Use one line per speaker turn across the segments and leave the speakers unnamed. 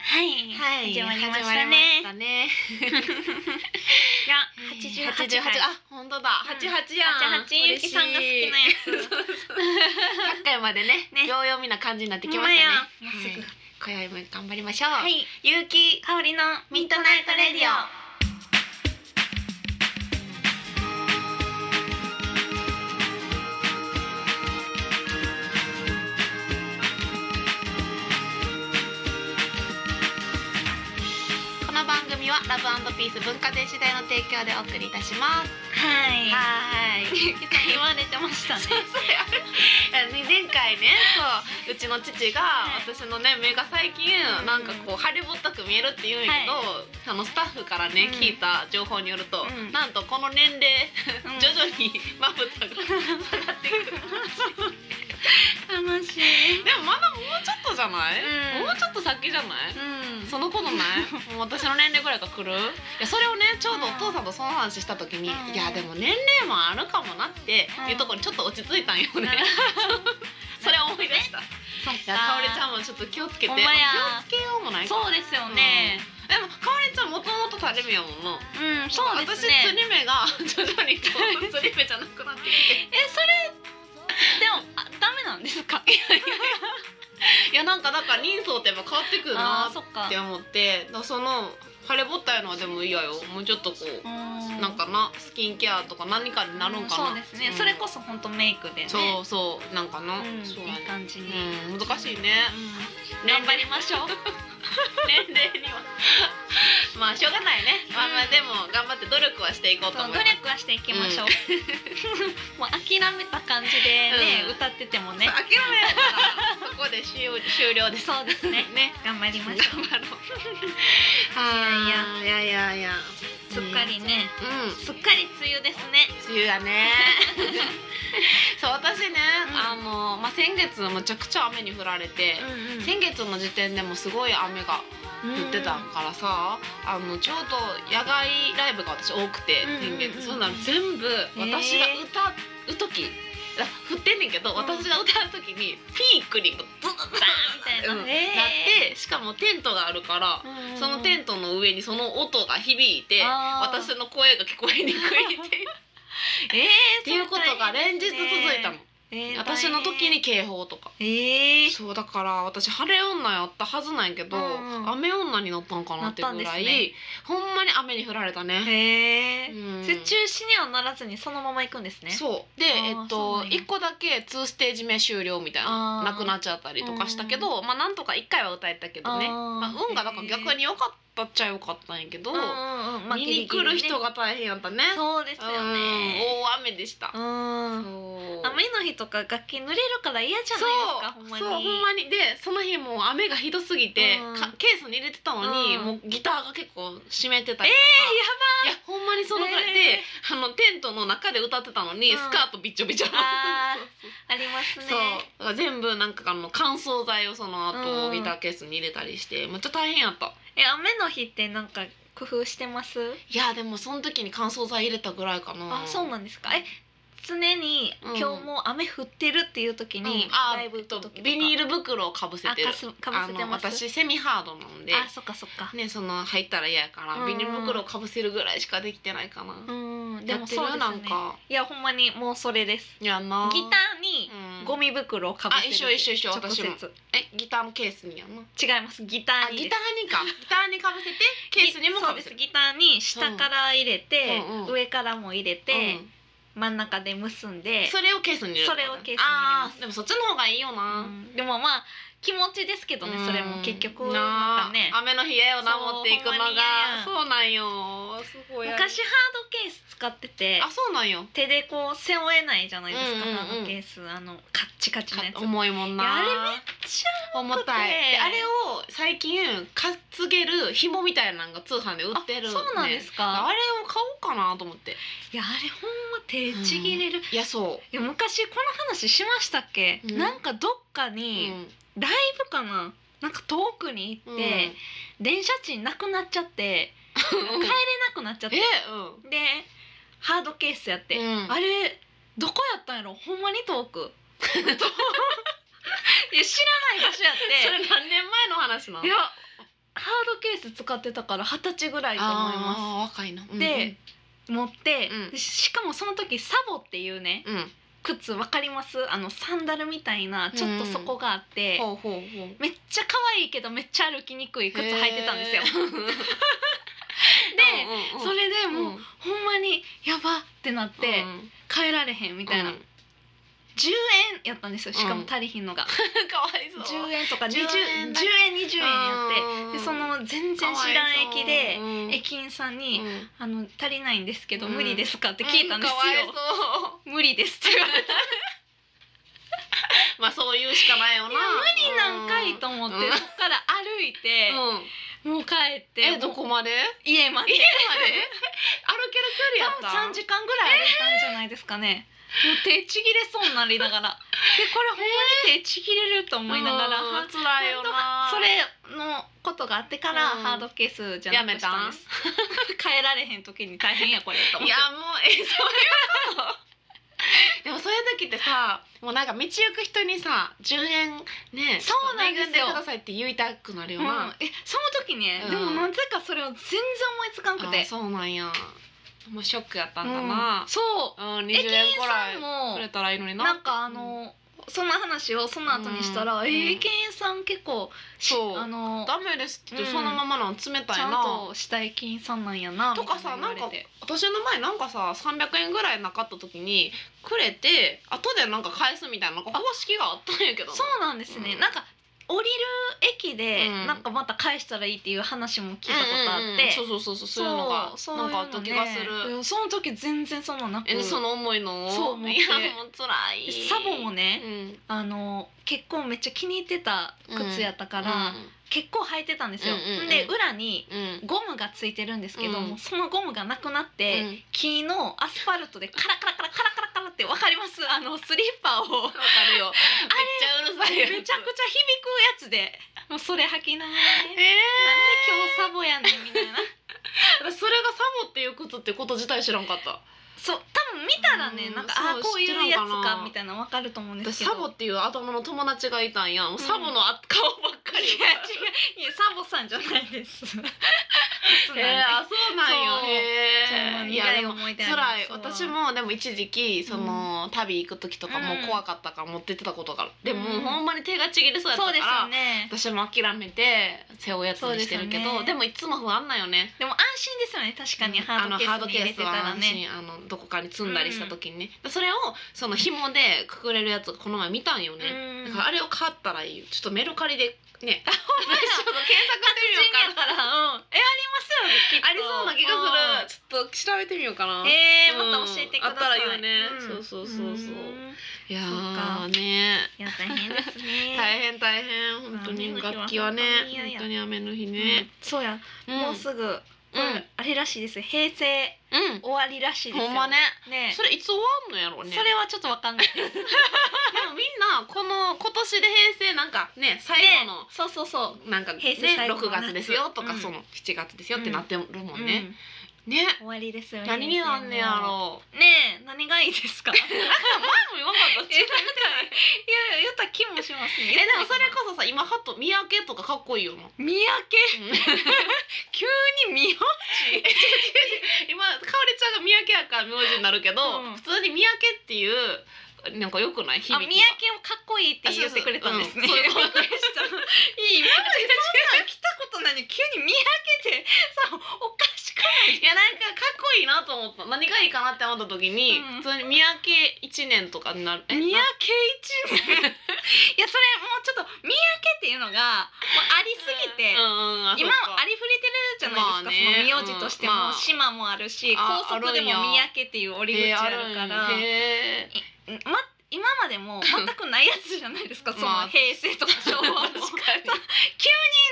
はい、
はい、
始まりましたね。
始まりましたね
いや、八十
88
八回。
あ、本当だ、88やん。
八八ゆきさんが好きなやつ。
つ。100回までね、
ね
秒読みな感じになってきま
ほんま
し
や
たね。
もうすぐ
はい今宵も頑張りましょう。
はい、
ゆうき、
香りの
ミッドナイトレディオ。この番組はラブピース文化電子代の提供でお送りいたします。
はい。
はい。ゆうきさん
言われてましたね。
あのね前回ねそううちの父が
はい
私のね目が最近
うん
なんかこうハリボったく見えるって言うんやけど、あのスタッフからね、
うん
聞いた情報によると、
うん
なんとこの年齢、
うん
徐々にまぶたが下がってくる
楽しい。
でもまだもうちょっとじゃない、
うん
もうちょっと先じゃない、
うん
そのことない もう私の年齢ぐらいが来るいやそれをねちょうどお父さんとその話した時に、
うん
いやでも年齢もあるかもなっていうところにちょっと落ち着いたんよね、 それを思い出した。
そっ
いやかおりちゃんもちょっと気をつけて
ほ
気を
んまや
つけようもないから
そうですよね。
でもかおりちゃんもともと垂れ目やもんな
うん、そうですね。
私釣り目が徐々にこう 釣り目じゃなくなってきて
え、それ。でも、あ、ダメなんですか。
いやなんかだから人相ってやっぱ変わってくる
あ
な
ー、そ
っ
っか。
て
う
思ってだからその腫れぼったやのはでも嫌よもうちょっとこう
ー
なん。かなスキンケアとか何かになるんかな
そうですね。それこ
そ
そ本当メイクでね。
そうそうなんかな、
うん
そうや
いい
ね
感じに。
うん難しいね
頑張りましょう。
年齢にはまあしょうがないね、まあまあ
うん
でも頑張って努力はしていこうと
そう
思
努
います
力はしていきましょう。 もう諦めた感じでね、
うん
歌っててもね
そう、諦めたらそ こで終終了です
そうですね
ね
頑張りま
頑
しょう。
張ろうはいやいやいやいや
すっかりね、
うん
すっかり梅雨ですね。
梅雨 やねそう私ね、
う
あの、まあ、先月むちゃくちゃ雨に降られて、
うん
先月の時点でもすごい雨が降ってたからさ、あのちょうど野外ライブが私多くて、
うんうんうん
先月そんなの全部私が歌う時、あ降ってんねんけど、
ん
私が歌う時にピークにドドドド
みたいな。
うん
へー
なってしかもテントがあるから、そのテントの上にその音が響いて
あー
私の声が聞こえにくいっていう
えー、
っていうことが連日続いたの、私の時に警報とか
えー、
そうだから私晴れ女やったはずなんやけど、
うんうん
雨女になったんかなってぐ
なった
ら
ん
い、
ですね
ほんまに雨に降られたね、
へえ、
うん
それ中止にはならずにそのまま行くんですね。
そうで
あー
えっ
そう
と
なんや
1個だけ2ステージ目終了みたいな
あー
なくなっちゃったりとかしたけど、まあなんとか1回は歌えたけどね
あー
まあ、運がだから逆に良かったっちゃ良かったんやけど、
うんうんうんまあ
見に来る人
ギ
が大変やったね
リギリねそうですよね。
うん大雨でした、
う。
そうん
雨の日とか楽器濡れるから嫌じゃないですかほ
そ
まに
うんそうほんまにでその日もう雨がひどすぎて、
うん
かケースに入れてたのに、
うん
もうギターが結構湿ってたりとか、いやほんまにそのぐらい、
え
であのテントの中で歌ってたのに、
うん
スカートびっちょびちょ
あーありますね
そうだから全部なんかあの乾燥剤をその後、
うん
ギターケースに入れたりしてめっちゃ大変やった
え雨の日ってなんか工夫してます
いやでもその時に乾燥剤入れたぐらいかな
あそうなんですかえ常に
うん
今日も雨降ってるっていう時に、
うんあ
ライブ行く時とか
ビニール袋をかぶせ
あ
てる
かすかぶせてます
あの私セミハードなんで
あそっかそっか
ねその入ったら嫌やから、
うん
ビニール袋をかぶせるぐらいしかできてないかな、
うんで
や
も
って
そうです
る
ね
なんか
いやほんまにもうそれです
やんな
ギターに
うん
ゴミ袋をかぶせるっていう
あ一緒一緒一緒
直接
私もえギターのケースにやんな
違いますギタ
あ
ーに
ギター にかギターにかぶせてケースにもかぶせ
そう
る
ですギターに下から入れて、
うんうんうん
上からも入れて、
うん
真ん中で結んで
それをケースに入れる
それをケースに入れ
あ
ます
ーでもそっちの方がいいよ
う
な、
んでもまあ気持ちですけどね、
うん
それも結局
な
なん
あ
かね
雨の日やよな
そう
持っていくのが
ほんまに嫌や
そうなんよすごいやる
昔ハードケース使ってて
あそうなんよ
手でこう背負えないじゃないですか、
うんうんうん
ハードケースあのカッチカチのやつ
重いもんな
やあれめっちゃ
重たい
重くて
であれを最近担げる紐みたいなのが通販で売ってる
あそうなんですか
あれを買おうかなと思って
いやあれほんま手ちぎれる、い
いやそ
や昔この話しましたっけ、
うん
なんかどっか
う、
に、
ん
ライブかななんか遠くに行
う
っ
ん
て、
え
電車賃なくなっちゃって帰れな くなっちゃって
うん
でハードケースやって、
うん
あれどこやったんやろほんまに遠 くいや知らない場所やって
それ何年前の話なの
いやハハードケース使ってたから二十歳ぐらいと思いま
あー若いな、うん
す。で、持って、
うん
でしかもその時サボっていうね
うん、うん
靴わかりますあのサンダルみたいなちょっと底があって、
ほうほうほう
めっちゃ可愛いけどめっちゃ歩きにくい靴履いてたんですよ。
へーうん
で、
うんうん
それでもう、
うん
ほんまにやばってなって、
うん
帰られへんみたいな、
うん
10円やったんですよしかも足りひんのが、
かわいそう
10円とか20
10
10
円
円
だ
20円や
う
っ
ん
てでその全然知らん駅で駅員さんに「
に
あの足りないんですけど
うん
無理ですか?」って聞いたんですよ
かわいそ
「無理です」って言われて
うまあそういうしかない
「
よ
い
な
や無理なんかい」と思って、
うん
そっから歩いて、
うんうん
もう帰って
えどこまで
家まで
家まで歩ける距離や
多
っ
分
た
3時間ぐらい歩いたんじゃないですかね、もう手ちぎれそうになりながらでこれほんまに手ちぎれると思いながら、
うん
は
辛いよな
それのことがあってから、
うん
ハードケースじゃなくしたんです 帰られへん時に大変やこれと思っ
い
て
やもうえそういうことでもそういう時ってさもうなんか道行く人にさ10円ね
そうなんですよ
恵でくださいって言いたくなるよ
うん
な、、
えその時ね、
うん
でもなぜかそれを全然思いつかんく
あ
て
そうなんやもうショックやったんだ
う、
なん
そう
うん、20
駅員
円くら
さん
いくれ
も
たらいいのにな
なんかあの、そんな話をその後にしたら、
うん
えー駅員さん結構し
そう
あの
ダメですって言って
うん
そのままなん冷たい
ちゃん
な、
とした駅員さんなんやな
とかさ
みた
ないん
言わ
か
れて
私の前なんかさ300円ぐらいなかった時にくれて後でなんか返すみたいななんか方式があったんやけどな
そうなんですね、
うん
なんか降りる駅で、
うん
なんかまた返したらいいっていう話も聞いたことあって、
うんうんうんそうそうそうそうそういうのが
そう
なんかあった気がす
そういうの
る
ねその時全然そんななく
えその思いのを
そう思って
いやもう辛い
サボもね、
うん
あの結構めっちゃ気に入ってた靴やったから、結構履いてたんですよ、
うんうんうん
で裏に
うんうん
ゴムがついてるんですけど、
うん
もうそのゴムがなくなって、
うん
木のアスファルトでカラカラカラカラカラカラってわかりますあのスリッ パを
わかるよめっちゃうるさい
め
や
ち
つ
ゃくちゃ響くやつでもうそれ履きながらね
え
なんで今日サボやねんみ たいな
ー私それがサボっていう靴ってこと自体知らんかった
そう多分見たらね
うん
なんか
そう
あーこういうや
知ってる
つ
のか
か
な
みたいなのわかると思うんで
私
すけど
サボっていう頭の友達がいたんやもうサボのあ顔ばっかり
いや違ういやサボさんじゃない です。靴なんで
へえあそうなん
そ
よ
う
へえいや
苦
で
い
も
思い出あり
辛い
ます
私もでも一時期その、旅行く時とかも怖かったから持ってってたことがある、でも、
うん
ほんまに手がちぎれそうやった
そう
か
です
ら、
よね。
私も諦めて背負うやつにしてる
そ
け
うです
ど
よ
で,、
ね
もいつも不安なんよね
でも安心ですよね確かにハ
あのハ
ー
ード
ド
ケ
ケースに入れて
ース
た
は
ら
安
ね。
心あのどこかに積んだりした時にね、それをその紐でくくれるやつこの前見たんよね、
うん
だからあれを買ったらいいよちょっとメルカリでねちょっと検索してみよ
ジ
うかな
ニアからうんえありますよねきっと。
ありそうな気がする。ちょっと調べてみようかな。
うん。えー
うん
また教えてください。
あったらいいよね
ん
そうそうそうそうんいや
そ
ーね、
いや大変ですね。
大変大変本当に
雨の日は
楽器はね
本当に嫌や
本当に雨の日ね。
そうや、
ん
もうすぐ、
うん
あれらしいですよ平成終
う
わりらしい
ん。
ですよ。
ほんまね。
ね
それいつ終わんのやろうね。
それはちょっとわかんないです。
でもみんなこの今年で平成なんかね最後の
ね。そうそうそう。
なんか
平成
ね
最後
六
の夏
月ですよとか
うん
その七月ですよってなってるもんね。ね。
うん。終わりですよね。
何になんねやろう。
う。ねえ、何がいいです か。いや、言
前も言わんか った。
った気もします
え
ね。
でもそれこそさ今ハット三宅とかかっこいいよな。
三宅、急に三宅。
今かおりちゃんが三宅やから名字になるけど、
うん
普通に三宅っていうなんかよくない響
あ、三
きが
宅をかっこいいって言ってくれたんですね。
あそうそううんそう
びっくりした いい、今までそんなん来たことないのに、急に三宅で、さ、おかしくない。
いやなんかかっこいいなと思った何がいいかなって思った時に、
うん
普通に三宅一年とかになるえ
三宅一
な
年。 いや、それ、もうちょっと、三宅っていうのが、もうありすぎて。
うんうんうんあ
今あ
り
りふれてるじゃないですか、
まあね
その名字としても、
うんまあ
島もあるし
あ
高速でも
あるん
三
や
宅っていう折り口あるから、
へ
ま、今までも全くないやつじゃないですかそ
まあ
の平成とか昭
ー
和も
確かに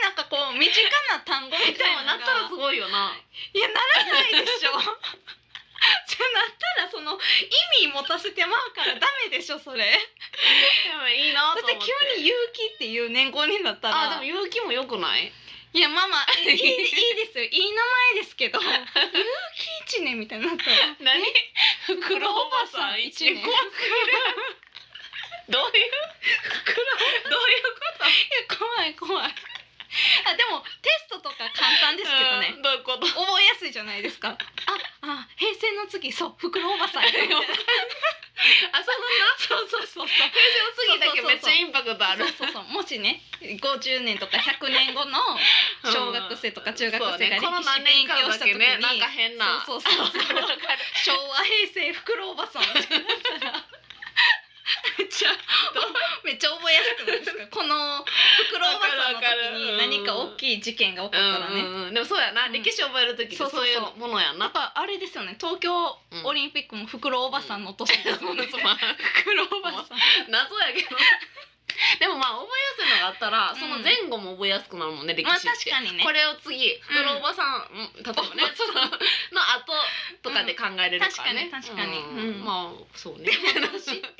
なんかこう身近な単語み
で
たい
も
な
な
の
ったら
が
すごいよない
やならないでしょじ ゃなったらその意味持たせてまうからダメでしょそれ
でもいい
だっ
なと思って
て急に「結城」っていう年号になったら
あでも勇気もよくない
いやママ いいいいですよいい名前ですけど結城一年みたいになったら。
何袋おばさん一年怖すぎるどういう袋どういうこ
い
と
や怖い怖い。でもテストとか簡単ですけどね、
うんどういう こと
覚えやすいじゃないですかああ平成の次そう袋おば さんやみたいな
あそのなそうそうそうそう平成の次だけめっちゃインパクトある
そうそうそうもしね50年とか100年後の小学生とか中学生が
そうね
歴
この
史
何年
勉
間
強
だ
した時に
けねなんか変な
そうそうそう
わかるわかる
昭和平成袋おばさんってなったらめっちゃめっちゃ覚えやすくないですかこの袋おばさんの時に何か大きい事件が起こったらね、
うんうんうんでもそうやな、
うん
歴史覚える時って
そうそうそう
そういうもの
な
や
ん
な
かあれですよね東京オリンピックも袋おばさんの年ですもんね、
そうまあ
袋おばさん
謎やけどでもまあ覚えやすいのがあったら、その前後も覚えやすくなるもんね歴
まあ
史
確
って、
かにね
これを次袋おばさん、うん、例えばねそのの後とかで考えれるからね、
うん確かに確かに
うん
うん
まあそうね
知ってる単語には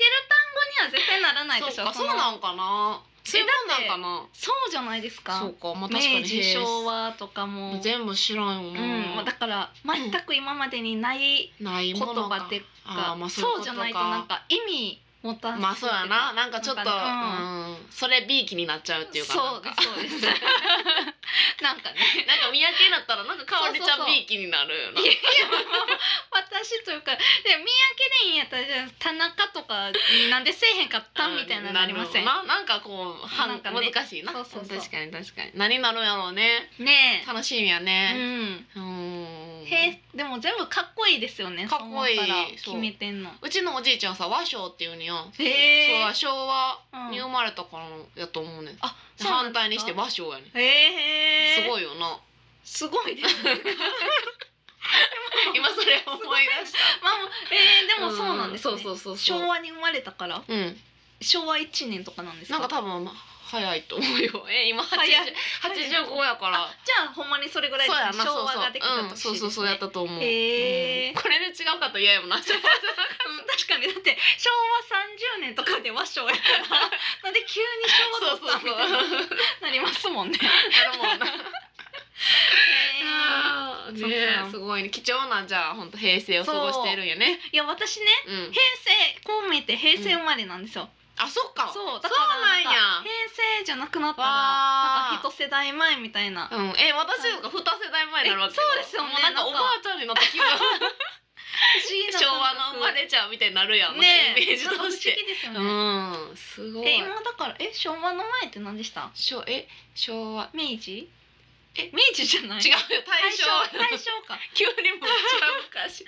絶対ならないでし
そ
ょ
うかそうなんかなそういうもんなんか
そうじゃないです
な
か
そうかまあ確かに
明治昭和とかも
平成全部知らんよ
う
な、
ん、まあだから全く今までにない
ない
言
もの
葉っていう
あ
か、
ーまあそう
そ
いうこ
うじ
とか
ゃないとなんか意味持た
まあそうやななんかちょっ
な
と、
んか
うんそれ B 気になっちゃうっ
ね
ていううんか
そう
なんか
そうですなんかね
なんか三宅になったらなんかかおりちゃ
そうんそうそう
B 気になるよない
や私というかで三宅でいいんやったらじゃあ田中とかなんでせえへんかったみたいなのありません
うななんかこうは
なんかね
難しいな
そうそうそう
確かに確かに何になるんやろうね
ね
楽しみや
え、
ね
うん
うーん
へえでも全部かっこいいですよね
かっこいい
そう思ったら
そう
決めてんの
うちのおじいちゃんさ和尚っていうによ
へ
そう
え
和昭和に生まれたからやと思うねん
あそうなんで
反
すか
対にして和尚やねん
へえ
すご
い
いよな
すごいですね
今それ思い出した
まあえー、でもそうなんですね、
そうそうそうそう
昭和に生まれたから
うん
昭和一年とかなんです
な
か
んか多分早いと思うよ。え今八
早
十
い
八十五やから
あ。じゃあほんまにそれぐらい
そ
で
う
す
やな
ね
そう
昭和
そう
ができた年
うん
です
そ
ね
うそうそうやったと思う。
へー
うんこれで違うかったら嫌やもんな。
うん確かにだって昭和30年とかで和尚や からなんで急に昭和取ったみたいななりますもんね。
なるも んな。
へ
あー
そっ
ね
か
えすごいね貴重なじゃあ本当平成を過ごしてるんやね。
ーいや私ね
うん。
平成こう見えて平成生まれなんですよ。
あそっか。
そう
だ
だ
か
からら
な
なんか
んや。
平成じゃなくなったら
わー
なんか一世代前みたいな。
うん、え私とか二世代前になるわけよ
えそうですよね
もうなんかおばあちゃんになった 気分
不思議な
昭和の生ま
感
れちゃうみたいになるやん
覚
なんか
ねえ
イメージと
なんか不思
して
議ですよ
う
ね。
んすごい
え今だからえ昭和の前って何でした？
昭え昭和
明治？
え
明治じゃない？
違うよ
大
大
正
正
大 正 か。
急にもう違う昔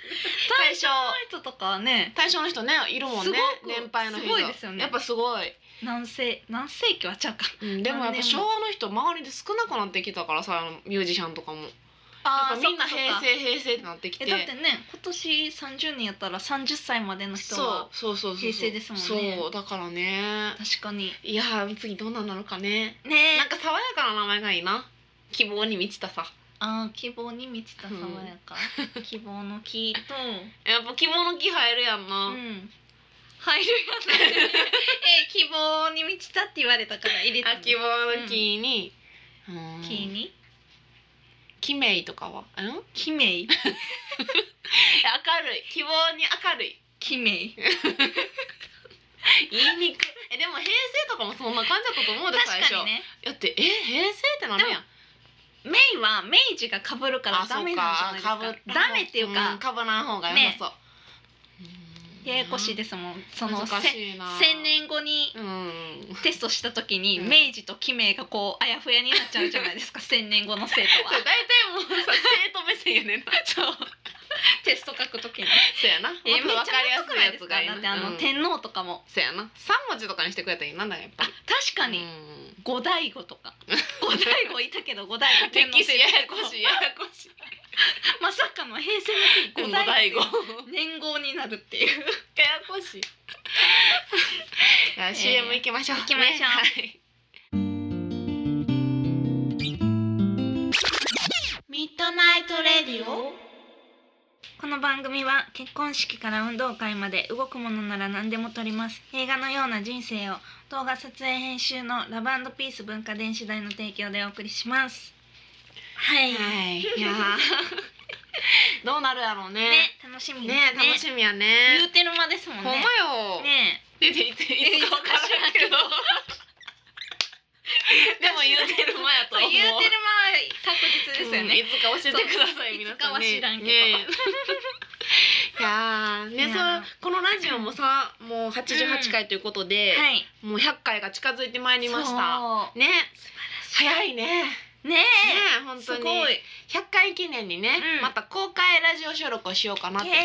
大
大
正
正
の人とかはね
大正の人ねいるもん
す
ね
ごく
年配の人
すごいですよね
やっぱすごい、
何世何世紀はちゃうか。
うん、でもやっ
何
ぱ
年
昭
も
和の人周りで少なくなってきたからさミュージシャンとかもやっぱみんな
そっかそっ
平
か
成平成ってなってきて
えだってね今年30年やったら30歳までの人
そう
は
そうそうそう
平成ですもんね
そうだからね
確かに
いやー次どんなんなるかね
ね
なんか爽やかな名前がいいな希望に満ちたさ
あー希望に満ちた爽やか、希望の木と
やっぱ希望の木入るやん
う
な、
ん入る やつ、ね、え希望に満ちたって言われたから入れた
あ
の
希望の木に、うん、
木に
キメイとかはうん
木名
明るい希望に明るい
木名
言いにくいえでも平成とかもそんな感じだったと思うで
確
最初
かにね
だってえ平成ってなるやん
名は明治が被るからダメなんじゃないですかダメっていうか、
かぶらん方が良さそう、うん
ややこしいですもんその
難
せ
しいな
1000年後に
うん
テストした時に、
うん
明治と記名がこうあやふやになっちゃうじゃないですか 千年後の生徒
それ大
は
体もうさ生徒目線やねんなそう
テスト書く時に
そう やなもっと
えめっちゃ
分かりや
難し
す
く
い
ない
や
です
つ
か
がいい
だ
な
ってあの、
うん
天皇とかも
そうやな三文字とかにしてくれたらいいななんだやっぱり
確かに、
うん
五醍醐と か五醍醐いたけど五醍醐天皇
歴史ややこ
皇
しいややこしい
まさかの平成の
五
時五
醍
醍
醐
醐年号になるっていう
やや こしい。じゃあ CM 行きましょう。
行きましょう
ねはい
ミッドナイトレディオこの番組は結婚式から運動会まで動くものなら何でも撮ります映画のような人生を動画撮影編集のラブピース文化電子台の提供でお送りしますはい、
はい。いやー。どうなるやろう
ね
ね。
楽しみですね
ね楽しみや
言う
ね。
てる間ですもん
ほ
ね
んまよ。
ね
出てい ていつかわからんけど。でも言うてる前やと思う。う
言うてるまま確実ですよ
うんい
ね、
つか教えてください
そう
皆
いつか
さん
は
ね
知らんけど
ねえいやーね
いやー
そうこのラジオもさもう88回ということで、
はい
もう100回が近づいてまいりました
そ
ね
う
早いねね
ねえ
え本
す
当
ごい
に100回記念にね、
うん
また公開ラジオ収録をしようかなって、ね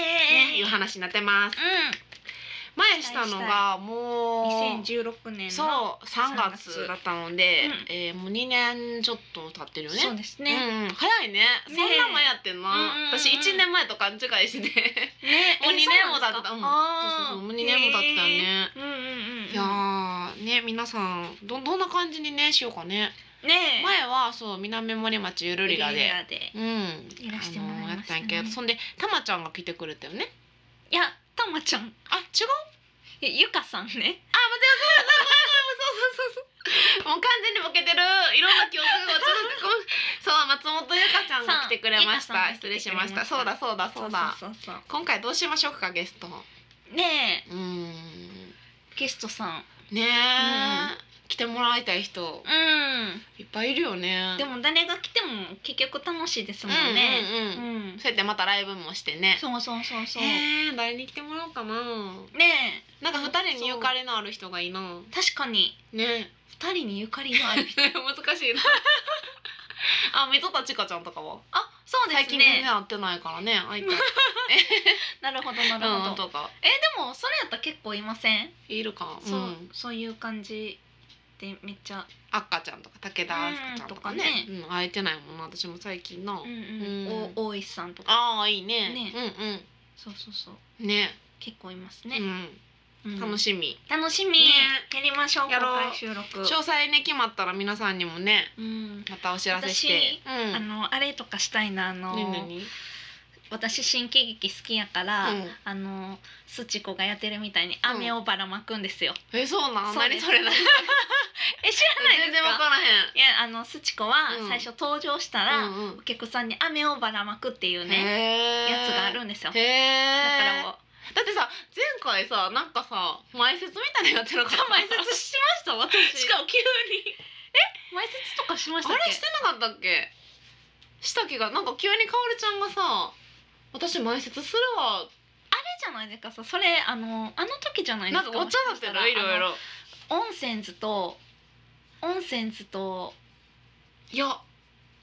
ええ
いう話になってます前したのがもう
うん2016年の
そう3月だったので、
うん
えーもう2年ちょっと経ってるよね
そうですね、
うんうん、早いねそんな前やってんな、
うんうんうん
私1年前と勘違い してね
ね
もう
え
2年も経ってた
そう
うん
なんですかあー
そうそうそうもう2年も経ってたよね
うんうんうんうん
いやーね皆さんどどんな感じにねしようかね、
ねえ
前はそう南森町ゆるりらで
ラで
うん
やらせてもらいましたね
あのやったんやけどそんでたまちゃんが来てくれたよね
いやたまちゃん
あ違う
えゆかさんね
もう完全にボケてるいろんな記憶が落ちるこう そう松本ゆかちゃんが来てくれまし
さん
た
ゆかさんが来て
失
くれまし
礼したましたそうだそうだそうだ
そうそうそう
今回どうしましょうかゲスト
そうね
うーん
えゲストさん
ねえ、来てもらいたい
う
人いっぱいいるよね
んでも誰が来ても結局楽しいですもんね
う
う
んうんうん
ん
そうやってまたライブもしてね
そうそうそうそうね
えー誰に来てもらおうかな
え
なんか二人にゆかりのある人がいいな
確かに
ね
二人にゆかりのある人
難しいな あ水田ちかちゃんとかは
あそうで
最
す
近全
ね
然会ってないからね会いたい
なるほどなる
うん
ほど
とか
えでもそれやったら結構いません
いるか
そうんそういう感じでめっちゃ
あっかちゃんとか武田あすかちゃんとかね
う
うん会えてないもんな私も最近な、
うん
うん
お大石さんとか
ああいいね
ね
う
そうそうそうん
うんね
結構います
う
ね
ん
うん
楽しみ、
楽しみ、
ね
やりましょう公
やろう
開収録
詳細ね決まったら皆さんにもね
うん
またお知らせしてう
あ
ん
のあれとかしたいなあの、
何何
私新喜劇好きやから、
うん
あのすち子がやってるみたいに雨をばらまくんですよ、
えそうなん
そうで
何
す
そ れ何
え知らない
全
です
然分
か
から
いやあのすち子は
うん
最初登場した
へ
ら、
んうんうん
お客さんに雨をばらまくっていうね
へ
やつがある
ん
んですよ
へ
だから
え
もう
だってさ前回さなんかさ前説みたいなのやってなかった
前説
しました私しかも急に
前説とかしましたっ
あ
け
れしてなかったっけした気がなんか急にかおるちゃんがさ「私前説するわ
じゃないですかさそれあのあの時じゃな」いで
な
す
ん
か
かお茶だっ
もしか
て
したら
るいろいろ
あのオンセンズとオンセンズと
いや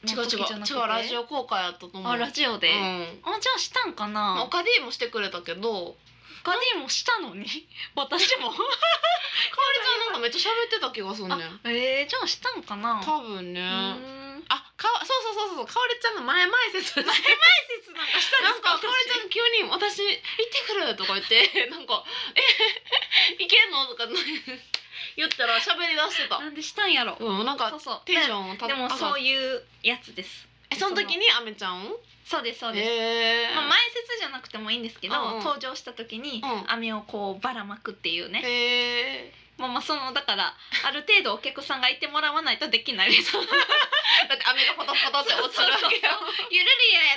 違う
の
違
時じゃ
う
なくて
違うラジオ公開やったと思う
あラジオで、
うん
あじゃあしたんかな、
まあ、オカディもしてくれたけど
他にもしたのに 私も
かおりちゃんなんかめっちゃ喋ってた気がすんね
あ
ん
えー、じゃあしたんかな
多分ね
うーん
あかわそうそうそうそうかおりちゃんの前々説前
挨 拶なんかした
なんかかおり
私
ちゃん急に「私行ってくる」とか言って なんか「え 行けんの?」とか言ったら喋り出してた
なんでしたんやろ
うんなん
そ
か
うそう
テンションた
でもそう
う
いうやつです
えその時にアメちゃんを
そうですそうです、
へえ
まあ、前説じゃなくてもいいんですけど、
うんうん
登場した時に
うん
飴をこうばらまくっていうね、
へえ
まあまあそのだからある程度お客さんがいてもらわないとできないです ゆるり
だってアメがポトポトって落ちるわけよ
やや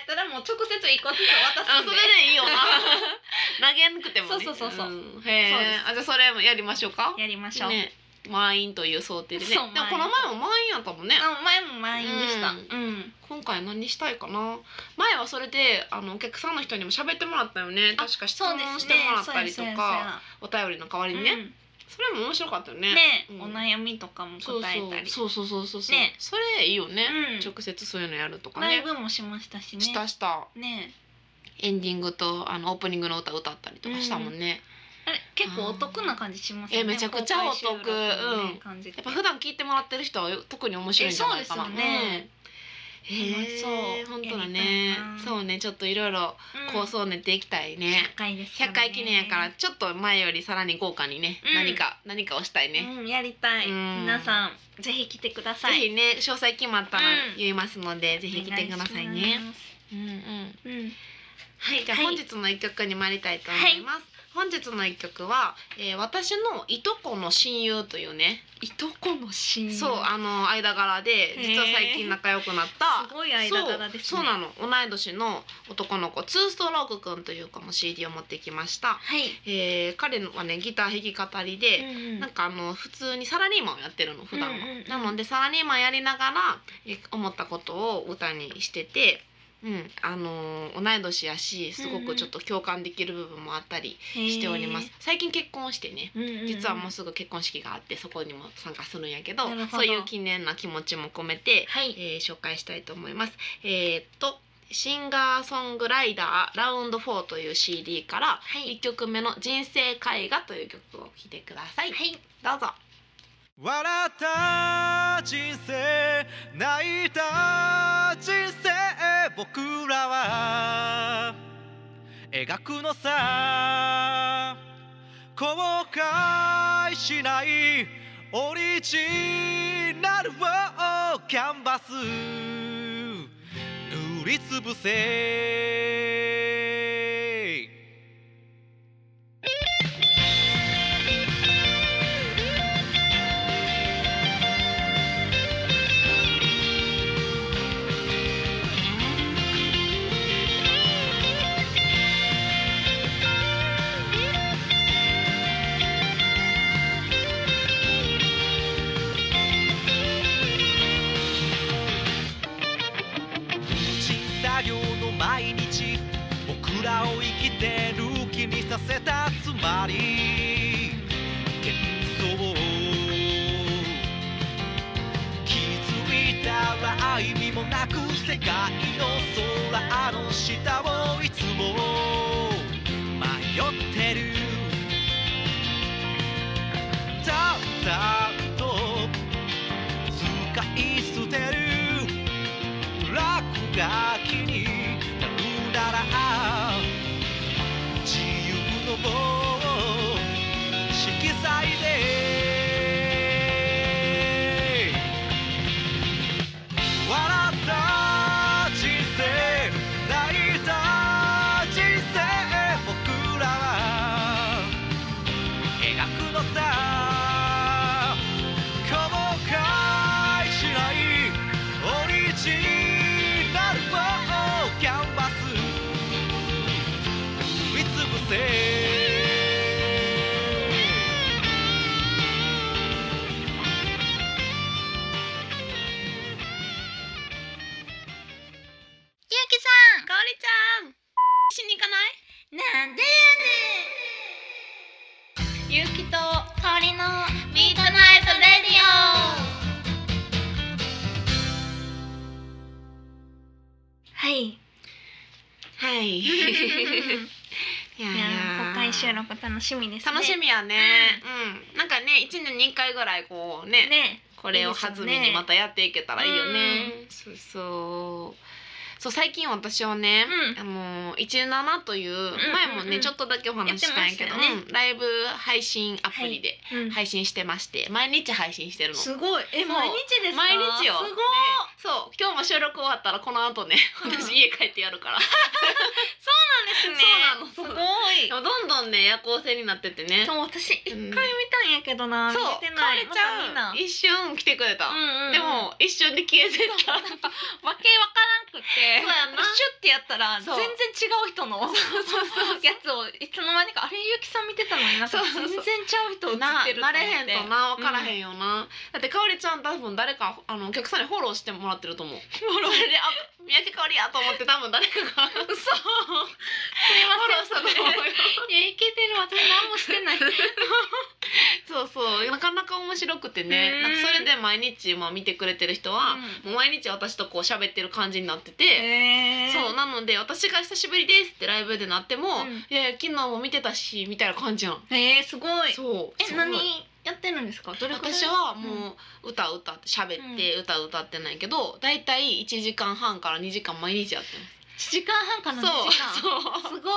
ったらもう直接一個ずつ渡
あ
すん
そ
で
れでいいよな 投げなくてもね
そうそうそうそうんそ
へ
うで
え
す
あじゃあそれもやりましょうか
やりましょう、
ね満員という想定でねで
そう
もこの前も満員やったもんね
あ前も満員でした、
うん
うん
今回何したいかな前はそれであのお客さんの人にも喋ってもらったよね
あ
確か質
そう
問
です
して
ね
もらったりと
そうや
か、お便りの代わ
そう
り
やそうや
にね、それも面白かったよ
う
ね
んね、
うん
お悩みとかも答
そう
えたり
そうそうそうそうそう、
ね
それいいよね、
うん
直接そういうのやるとか
ライ
ね
ブもしましたしね
したした
ね
エンディングとあのオープニングの歌歌ったりとかしたもんね、
あれ結構お得な感じしますよ
あー
ね
えめちゃくちゃお得
公開収録のね
うん
感じって
やっぱ普段聞いてもらってる人は特に面白いんじゃないかな
えそうですよね、
うんへえ
楽しそう
本当だ
やり
ね
たいな
そうねちょっといろいろ
うん
構想を練っていきたいね、
100回ですから
100
ね
回記念やからちょっと前よりさらに豪華にね、
うん
何か何かをしたいね、
うん、やりたい
うん
皆さんぜひ来てください
ぜひね詳細決まったら
うん
言いますので、
お
ぜひ
願
来てください
し
ね
ます
うんうん
うん
はいじゃあ
はい
本日の一曲に参りたいと思います、本日の一曲は、えー私のいとこの親友というね、
いとこの親友
そうあの間柄で実は最近仲良くなった
すごい間柄ですね
そうそうなの同い年の男の子ツーストロークくんという子も CD を持ってきました、
はい、
えー彼はねギター弾き語りで、
うん
なんかあの普通にサラリーマンをやってるの普段は、
うんうんうん
なのでサラリーマンやりながらえ思ったことを歌にしてて、うん、あのー同い年やしすごくちょっと共感できる部分もあったりしております、最近結婚してね
へー、うんうんうん
実はもうすぐ結婚式があってそこにも参加するんやけど
なるほど
そういう記念な気持ちも込めて、
はい
えー紹介したいと思います。えーっとシンガーソングライダーラウンド4という CD から
は
1
い
曲目の「人生絵画」という曲を聴いてください。
はい
どうぞ。
笑った人生泣いた人生僕らは描くのさ後悔しないオリジナルをキャンバス塗りつぶせ新作業の毎日僕らを生きてる気にさせたつまり幻想気づいたら意味もなく世界の空の下をいつも迷ってる淡々と使い捨てる落書きになるなら自由の色彩で笑った人生泣いた人生僕らは描くのさ後悔しないオリジナルをキャンバス塗りつぶせ
ゆうきさんかおりちゃん
しに行かない
なんで
ゆうきと
やねん香りの
ミートナイトレディ
はい
オ。 はい。いや
いやー
ー
公開収録楽しみですね
楽しみやね。うん。なんかね一年に一回ぐらいこうね
ね
これを弾みにまたやっていけたらいいよね。そうそう。そう最近私はね、
うん
あの17という前もね、
うんうん
ちょっとだけお話ししたんやけど
やってましたよね
うんライブ配信アプリで
うん
配信してまして、毎日配信してるの。
すごいえ
そう
毎日ですか
毎日よ。
すごい
でそう今日も収録終わったらこの後ね
うん
私家帰ってやるから。
そうなんですね
そうなのそう
す
な
ごい
でもどんどんね夜行性になっててね。
そう私一回見たんやけど
そ
な、
う
見
かお
て
り
ない
ちゃん、
また見
一瞬来てくれた。
なうんうん、
でも一瞬で消えてた。
わけわからんくて
そうやんな
シュッてやったら全
そう
然違う人のやつをいつの間にかあれゆきさん見てたのになんか
そうそう
全
そう
然ちゃう人映
な
ってると思って
なれへんとな分からへんよな、だってかおりちゃん多分誰かあのお客さんにフォローしてもらってると思う フォローそれであ三宅かおりやと思って多分誰かが嘘 フォローした と思うよ
いやいけてる私何もしてない
そうそうなかなか面白くてね
うん
なんかそれで毎日、 まあ、見てくれてる人は、もう毎日私とこう喋ってる感じになってて、
へ
そうなので私が久しぶりですってライブでなっても、
うん
いやいや昨日も見てたしみたいな感じやん、
へえすごい
そうす
え
ごい
何やってるんですかどれくらい
私はもう歌歌って喋って歌歌ってないけど、だいたい1時間半から2時間毎日やってます。
時間半か
そ
な
う
2時間
そう
すごっ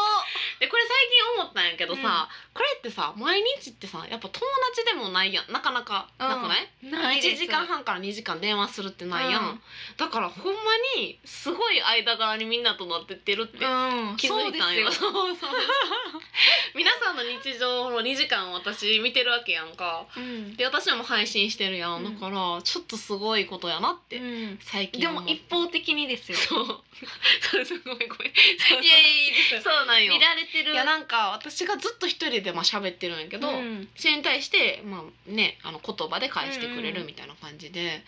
でこれ最近思ったんやけどさ、これってさ毎日ってさやっぱ友達でもないやんなかなかなくない、
ないで
1
す
時間半から2時間電話するってないやん、
うん
だからほんまにすごい間柄にみんなとなってってるって
うん
気づいたんよ,、
そう
そうそう皆さんの日常の2時間を私見てるわけやんか
ですようん
で私らも配信してるやん、
うん
だからちょっとすごいことやなって、
うん
最近
でも
思う
一方的にですよ
そう そうそうごめんごめん
いやいやいいですよ
そうなんよ
見られてる
いやなんか私がずっと一人でまあ喋ってるんやけど、
うん
それに対して、まあね、あの言葉で返してくれるみたいな感じで、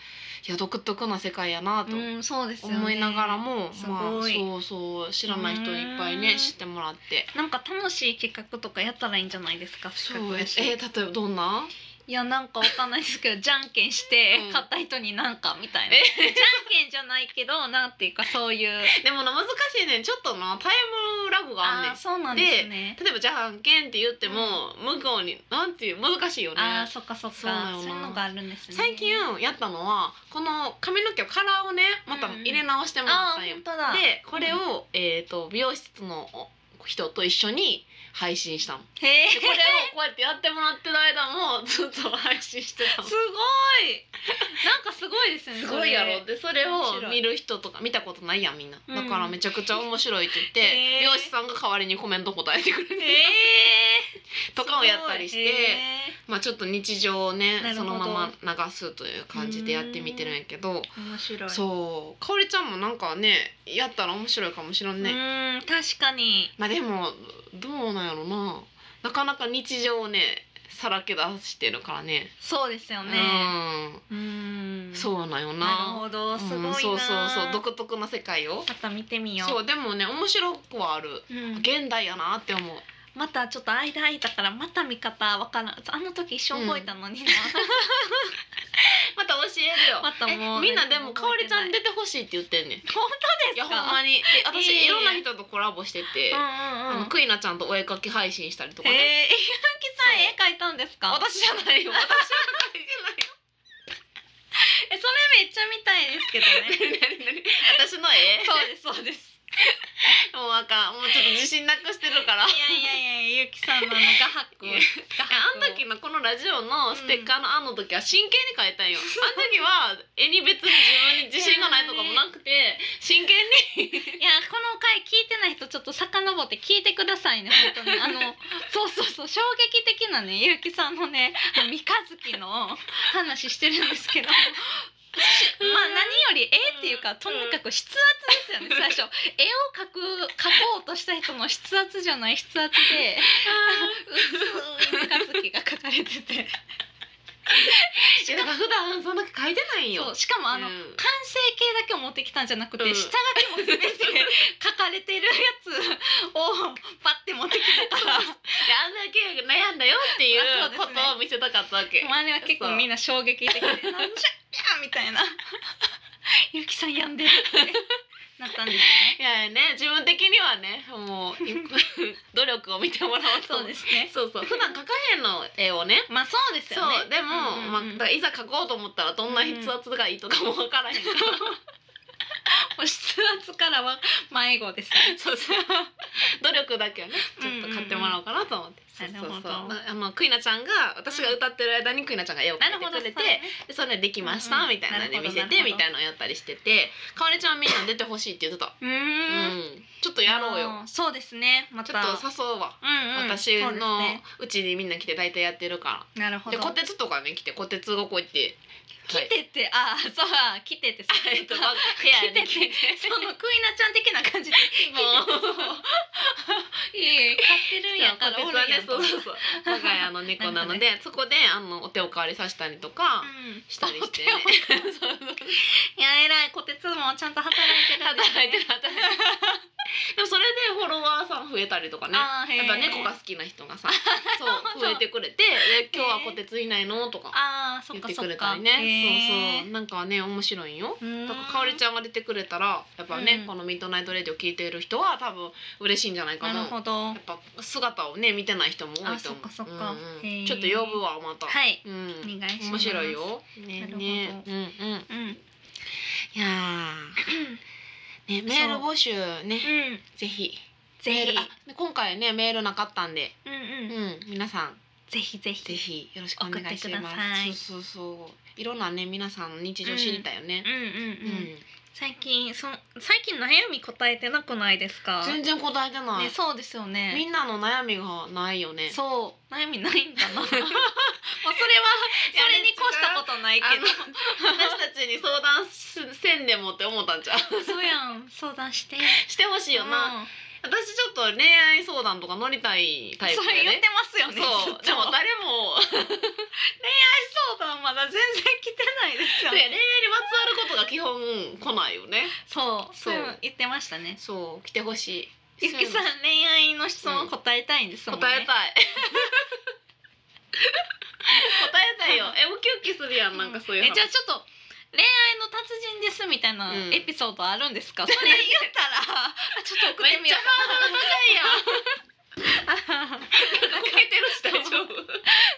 いや独特な世界やなと
うんそうですよね
思いながらも、
す
まあ
ごい
そうそう知らない人いっぱいうね
ん
知ってもらって。
なんか楽しい企画とかやったらいいんじゃないですかせ
そ
っか
う
く
え
やし
え例えばどんな？
いやなんかわかんないですけ どじゃんけんして
うん
勝った人になんかみたいな、
え
じゃんけんじゃないけどなんていうかそういう
でもな難しいねんちょっとなタイムラグがあんね
あ
ん
ー。そうなんですね
例えばじゃんけんって言っても、向こうになんていう難しいよね。
あーそっかそっか
そうなんよな
そういうのがあるんですね
最近やったのはこの髪の毛をカラーをねまた入れ直してもら
あ
ったんよ。
本当だ
でこれを、えー、と美容室の人と一緒に配信したの。
へえ
でこれをこうやってやってもらってる間もずっと配信してたの。
すごい なんかすごいですね
すごいやろ
そ
でそれ
面
を
白い
見る人とか見たことないやんみんな
うん
だからめちゃくちゃ面白いって言って、
へー
美容師さんが代わりにコメント答えてくれて
れへえ
とかをやったりして、
へ
まあちょっと日常をね
なる
そ
ほど
のまま流すという感じでやってみてるんやけど
ー面白い
そうかおりちゃんもなんかねやったら面白いかもしれん
う
ね、
ん確かに
まあでもどうなんやろななかなか日常をねさらけ出してるからね
そうですよねうん
うんそうなんよな
なるほどすごいな、
うんそうそうそう独特な世界を
また見てみよう
そうでもね面白くはある
うん
現代やなって思う
またちょっと間空いたからまた見方わからんあの時一生覚えたのにな、
また教えるよ
またもう
えみんなで
何
も
も
かお
覚え
り
て
ちゃ
ない
ん出てほしいって言ってんねんい
本当で
や
す
ほ
か
んまにで私
いえいえ
いろんな人とコラボしてて
うん
あ
うんう
の
ん
クイナちゃんとお絵描き配信したりとか
えー、
ね
えゆうきさん絵描いたんですか
私じゃないよ私は描い
えそれめっちゃ見たいですけどね
てない何何私の絵
そうですそうです
もうあかんもうちょっと自信なくしてるから
いやいやいやゆうきさんのあの画伯
いやあの時のこのラジオのステッカーのあの時は真剣に描いたんよ、あの時は絵に別に自分に自信がないとかもなくて真剣 に
いやこの回聞いてない人ちょっと遡って聞いてくださいね本当にあ のそうそうそう衝撃的なねゆうきさんのね三日月の話してるんです けど。まあ何より絵っていうかとにかく筆圧ですよね最初絵を描く描こうとした人の筆圧じゃない筆圧で薄い三日月が描かれてて
いやだから普段そんな書いてないん
そ
よ
う。しかもあの、
うん
完成形だけを持ってきたんじゃなくて、
うん
下書きも全て 書かれてるやつをパッて持ってきた から
であんだけ悩んだよっていう
あそうです
こ
ね
とを見せたかったわけ。
あれは結構みんな衝撃 的で「なんじゃみたいな「ゆきさんやん でる」ってなったんですよね。
いやいやね自分的にはねもう努力を見てもらおうと
そうですね。
そう そう普段書かへんの絵をね。
まあそうです
そ
よね。
うでも、
うんうん
まあ
うん
だからいざ書こうと思ったらどんな筆圧がいいとかもわからへんから、
筆圧からは迷子ですね。
そうそう努力だけはねちょっと買ってもらおうかなと思っ
うん
て、
うんうん
そうそ
なるほ
うそう
ど
まああのクイナちゃんが私が歌ってる間にクイナちゃんが絵を描
なる
い
ほど。
てくれて
そうね
でそれできまし
うん
た
うん
みたいなので
なる
見
ほどな
せて
るほど
みたいなのやったりしててかおりちゃんみんな出てほしいって言ってた、
う
う
ーん。
ん、ちょっとやろうよ
あー。そうですね。ま
ち
た
ょっと誘うわ、
うんうん
私
そうです
の
ね
うちにみんな来て大体やってるか
なるほ
らで
ど。
こてつとかね来てこてつがこうやって
来てて、ああそうあ来ててそ
はい、えっと部
そ
屋に来
のクイ
て
ナちゃん的な感じで
もう
いえいえ買ってるんやから
こ
お
てつ
る
は
んや
ね
んと
そうそうそう我が家の猫なのでそこであのお手を代わりさせたりとか
うん
したりして、ね
お手を、
そうそう
いや偉いこてつもちゃんと働いてるんです
働いて
ね
る働いてるでもそれでフォロワーさん増えたりとかね
あーへ
や
ー
っぱ猫が好きな人がさそう
なるほ
増
ど
えてくれて「で今日はこてついないの?」とか
あーそっ
言っ
か
て
そ
く
っ
れた
か
りねそう
へ
そうなんかね面白いんよ
ーう
だ
ーん
からかおりちゃんが出てくれたらやっぱね、
うん
この「ミッドナイト・レディ」を聞いている人は多分嬉しいんじゃないか
な
な
るほど
やっぱ姿をね見てない人も多いと思う
あそっかそっか
うんうん
へー
ちょっと呼ぶわまた、
はい
うん、
お願いします
面白いよね
なるほど
ねうんうん
うん
いやーねメール募集ね
うん
ぜひ
ぜ
メー
ひ
ルあで今回ねメールなかったんで、
うん
う
うん
ん、皆さん
ぜひぜ
ぜ
ひ
ひよろしくお願いし
送ってくだ
ま
さい
すそうそうそういろんなね皆さんの日常知りたいよね
うん、うん
う
う
ん
ん最近そ最近悩み答えてなくないですか
全然答えてない、
ねそうですよね
みんなの悩みがないよね
そう悩みないんだ なまあそれはそれに越したことないけ
あの
ど
私たちに相談すせんでもって思ったんじゃう
そうやん相談して
してほしいよな、
うん
私ちょっと恋愛相談とか乗りたいタイプ
それ
や
言っ
ね
てますよね
そうでも
だ
誰も
相談まだ全然来てないですよ
恋愛
ね
にまつわることが基本来ないよね
そう
そう
そう言ってましたね
そう来てほしい
ゆきさん恋愛の質問答えたいんですもんね
答えたい答 えたいよえウキウキするやんなんかそういう
え
話
じゃあちょっと恋愛の達人ですみたいな
うん
エピソードあるんですか、 それ言ったらちょっと送っ
め
て
っ
み
ち
よ
ゃ
う
ハードル高いやん
かな
こけてるし大丈 夫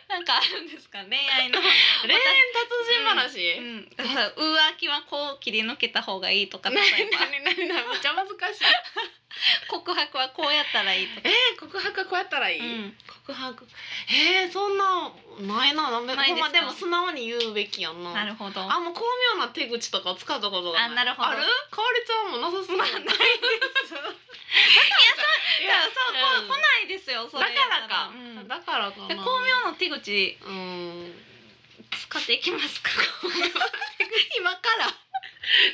なんかあるんですか恋愛の
恋愛の達人話、
うん、だから浮気はこう切り抜けた方がいいとか例えば
何何めっちゃ難しい
告白はこうやったらいいと か、
えー、告白はこうやったらいい、
うん、
告白えー、そんなないななんで
ない
ほ
ですか
んまでも素直に言うべきやんな
なるほど
あもう巧妙な手口とか使ったことがない
あなるほど
あるかおりちゃんもなさそう
まあない
ですい
い
や
や
そう
そう、こ来ないですよそれ
だからか、
うん
だからかな
で巧妙な手口
うん
使っていきますか 今から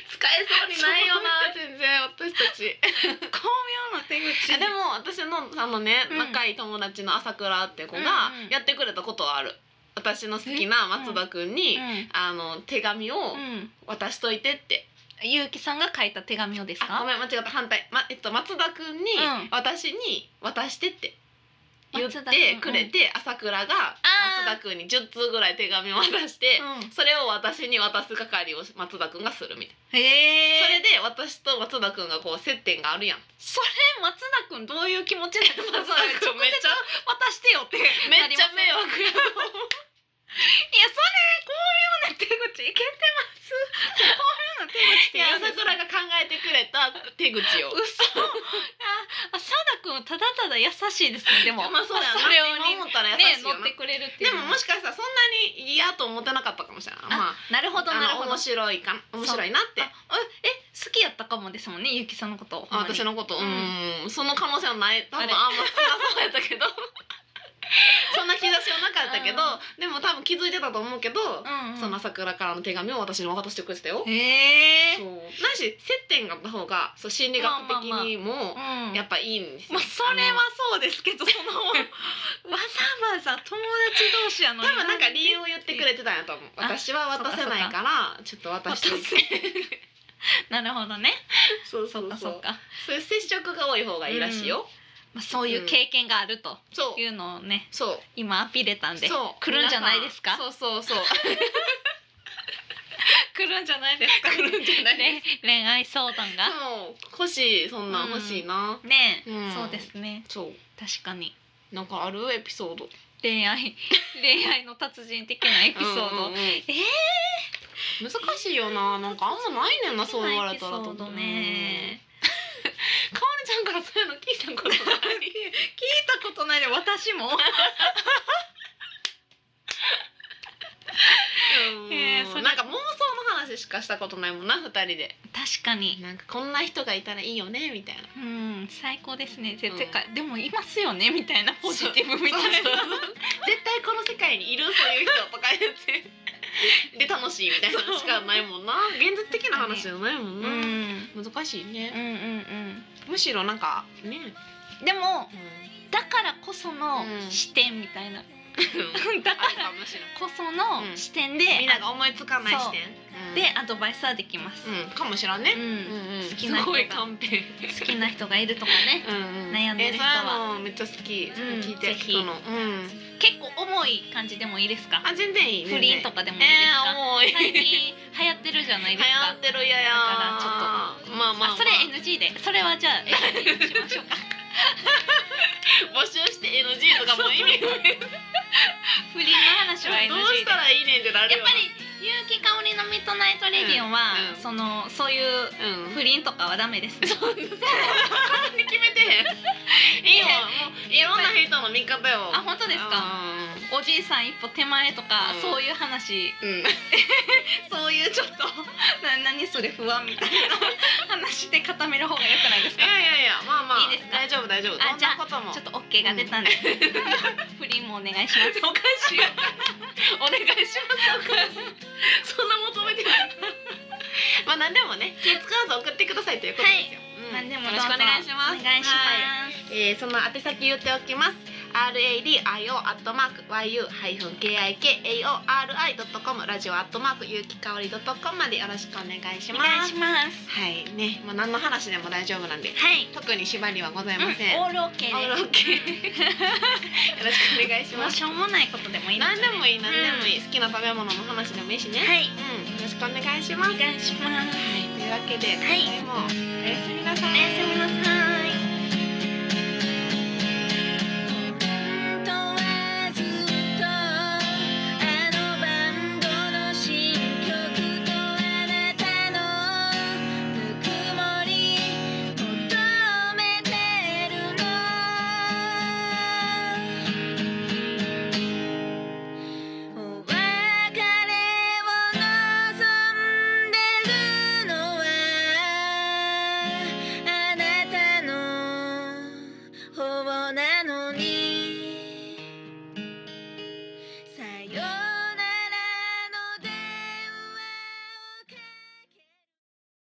使えそうにない よな全然私たち
巧妙な手口
でも私のあのね、
うん
仲いい友達の朝倉って子が
うんうん
やってくれたことはある私の好きな松田君に、
うん
あの手紙を
うん、
渡しといてって、
ゆうきさんが書いた手紙をです
あご
か
めん間違った反対、まえっと、松田君に、
うん
私に渡してって言って
松田君
くれて、朝倉が
あー
松田君に10通ぐらい手紙を渡して、
う
それを私に渡す係を松田君がするみたい
ん、へえ
な、それで私と松田君がこう接点があるやん
それ松田君どういう気持ちなんですか
松田君めっちゃ
渡して よって
めっちゃ迷
惑
惑やと思う
いやそれこういうような手口いけてますこういうような手口っ
い
て
や
言うん
朝
です
倉が考えてくれた手口を
嘘あ、あ、サダ君はただただ優しいですね。でも、
まあそうやな
それを
今
ね、
思ったら優
ね
しい
乗
よ
っ
な、
てくれるってい
で
うのは。
ももしかしたらそんなに嫌と思ってなかったかもしれないまあ
なるほど、
あの
なるほど。
面白いかな面白いなって
あえ、好きやったかもですもんね、ゆきさんのこと。
あ私
の。
のこと
う
うんんその可能性はない多分
あ
あん
れ
まなそうやった けどそんな兆しはなかったけど
うん
でも多分気づいてたと思うけど、
うん、うん。
その朝倉からの手紙を私に渡してくれてたよ、
へえ
そうないし接点があった方がそう心理学的にも
うん。
やっぱいいんですよ、
まあ、それはそうですけど、その。わざわざ友達同士やの
多
に。
分なんか理由を言ってくれてたんやと思う
あ
私は渡せないからちょっと 渡して
渡なるほどね。
そう
そ
そうう
か、
そ
そううか。
そういう接触が多い方がいいらしいよ、
まあ、そういう経験があると
そう
いうのをね、
そう
今アピれたんで。
そう
来るんじゃないですか
皆さんそうそうそう
来るんじゃないですか。
来るんじゃない
ね
で
恋愛相談が。
そう欲しいそんな
うん
ん欲しいな、
ねえ、
うん
そうですね
そう
確かに
なんかあるエピソードエ
恋愛恋愛の達人的なエピソード、
え難しいよななんかあんまないねんなそう言われたら
エピソー
と思
ド
う
ね
うんかおりちゃんからそういうの聞いたことない
聞いたことないで私も
うん
えーそれ
なんか妄想の話しかしたことないもんな二人で
確かに
なんかこんな人がいたらいいよねみたいな
うん最高ですね絶
うん
対か、でもいますよねみたいなポジティブみたいな
そうそう絶対この世界にいるそういう人とか言って で楽しいみたいなのしかないもんな現実的な話じゃないもん
う
な、
ん
難しい
うんう
ね、
ん
むしろなんかね、
うんでも
う
だからこその
うん
視点みたいな、
ん、
だか
ある
ら
かもしれ
こその
うん
視点で、
ないみんなが思いつかない視点うん
でアドバイスはできます、
うん、かもしれんね、
うん好
好
き
き
な
な
人が
すごい完璧
好きな人がいるとかね
うんうん
悩んでる人は
えそういうのめっちゃ好き、それ聞い
ぜ
てる
ひ
人の、うん、
結構重い感じでもいいですか
あ全然いい
不倫と
か
かでもいい
え
です
えー、
か、
重い
最近流行ってるじゃない
流
です
行
か
ってるや
だ
や
から
ちょっとまあまあ、まあ、
あそれ NG でそれはじゃあ NG にしましょうか
募集して NG とかもう意味不明
不倫の話は NG で
どうしたらいいねんってなる
やっ
よ
ぱり結城かおりのミッドナイトレディオは、
うんうん
そのそういう
うん
不倫とかはダメですね。
勝手に決めてへんいいよもういろんな人の味方よ
あ本当ですか。おじいさん一歩手前とか、
うん
そういう話、
うんうん
そういうちょっとな何それ不安みたいな話で固める方が良くないです
い
か。
やいやいやまあまあ
いいですか
大丈夫大丈夫
あ
どんなことも
ちょっとオッケーが出たんで、不倫もお願いします。
おかしいお願いします そんな求めてないまあ何でもね気使わず送ってくださいということですよ、うん
何でも
よ
どうぞ
ろしくお願いします
お願いし
はい
ます。
えー、その宛先言っておきます。radio アットマーク yu ハイフン kikaori ドットコムラジオアットマーク有機香りドットコムまでよろしくお願いし
お
ま
願い
す。
します。
はいね、もう何の話でも大丈夫なんで、
はい。
特に縛りはございません。
うん、オールオッケー
オールオ
です。
ッケー。よろしくお願いし
も
ま
う
す。
しょうもないことでもいい
何でもいい
うん
何でもいい、好きな食べ物の話でもいいしね。
はい。
うん、よろしくお願いし
お
ます。
願いします。
というわけで、
はい
今回もおやすみなさ
おやすみなさい。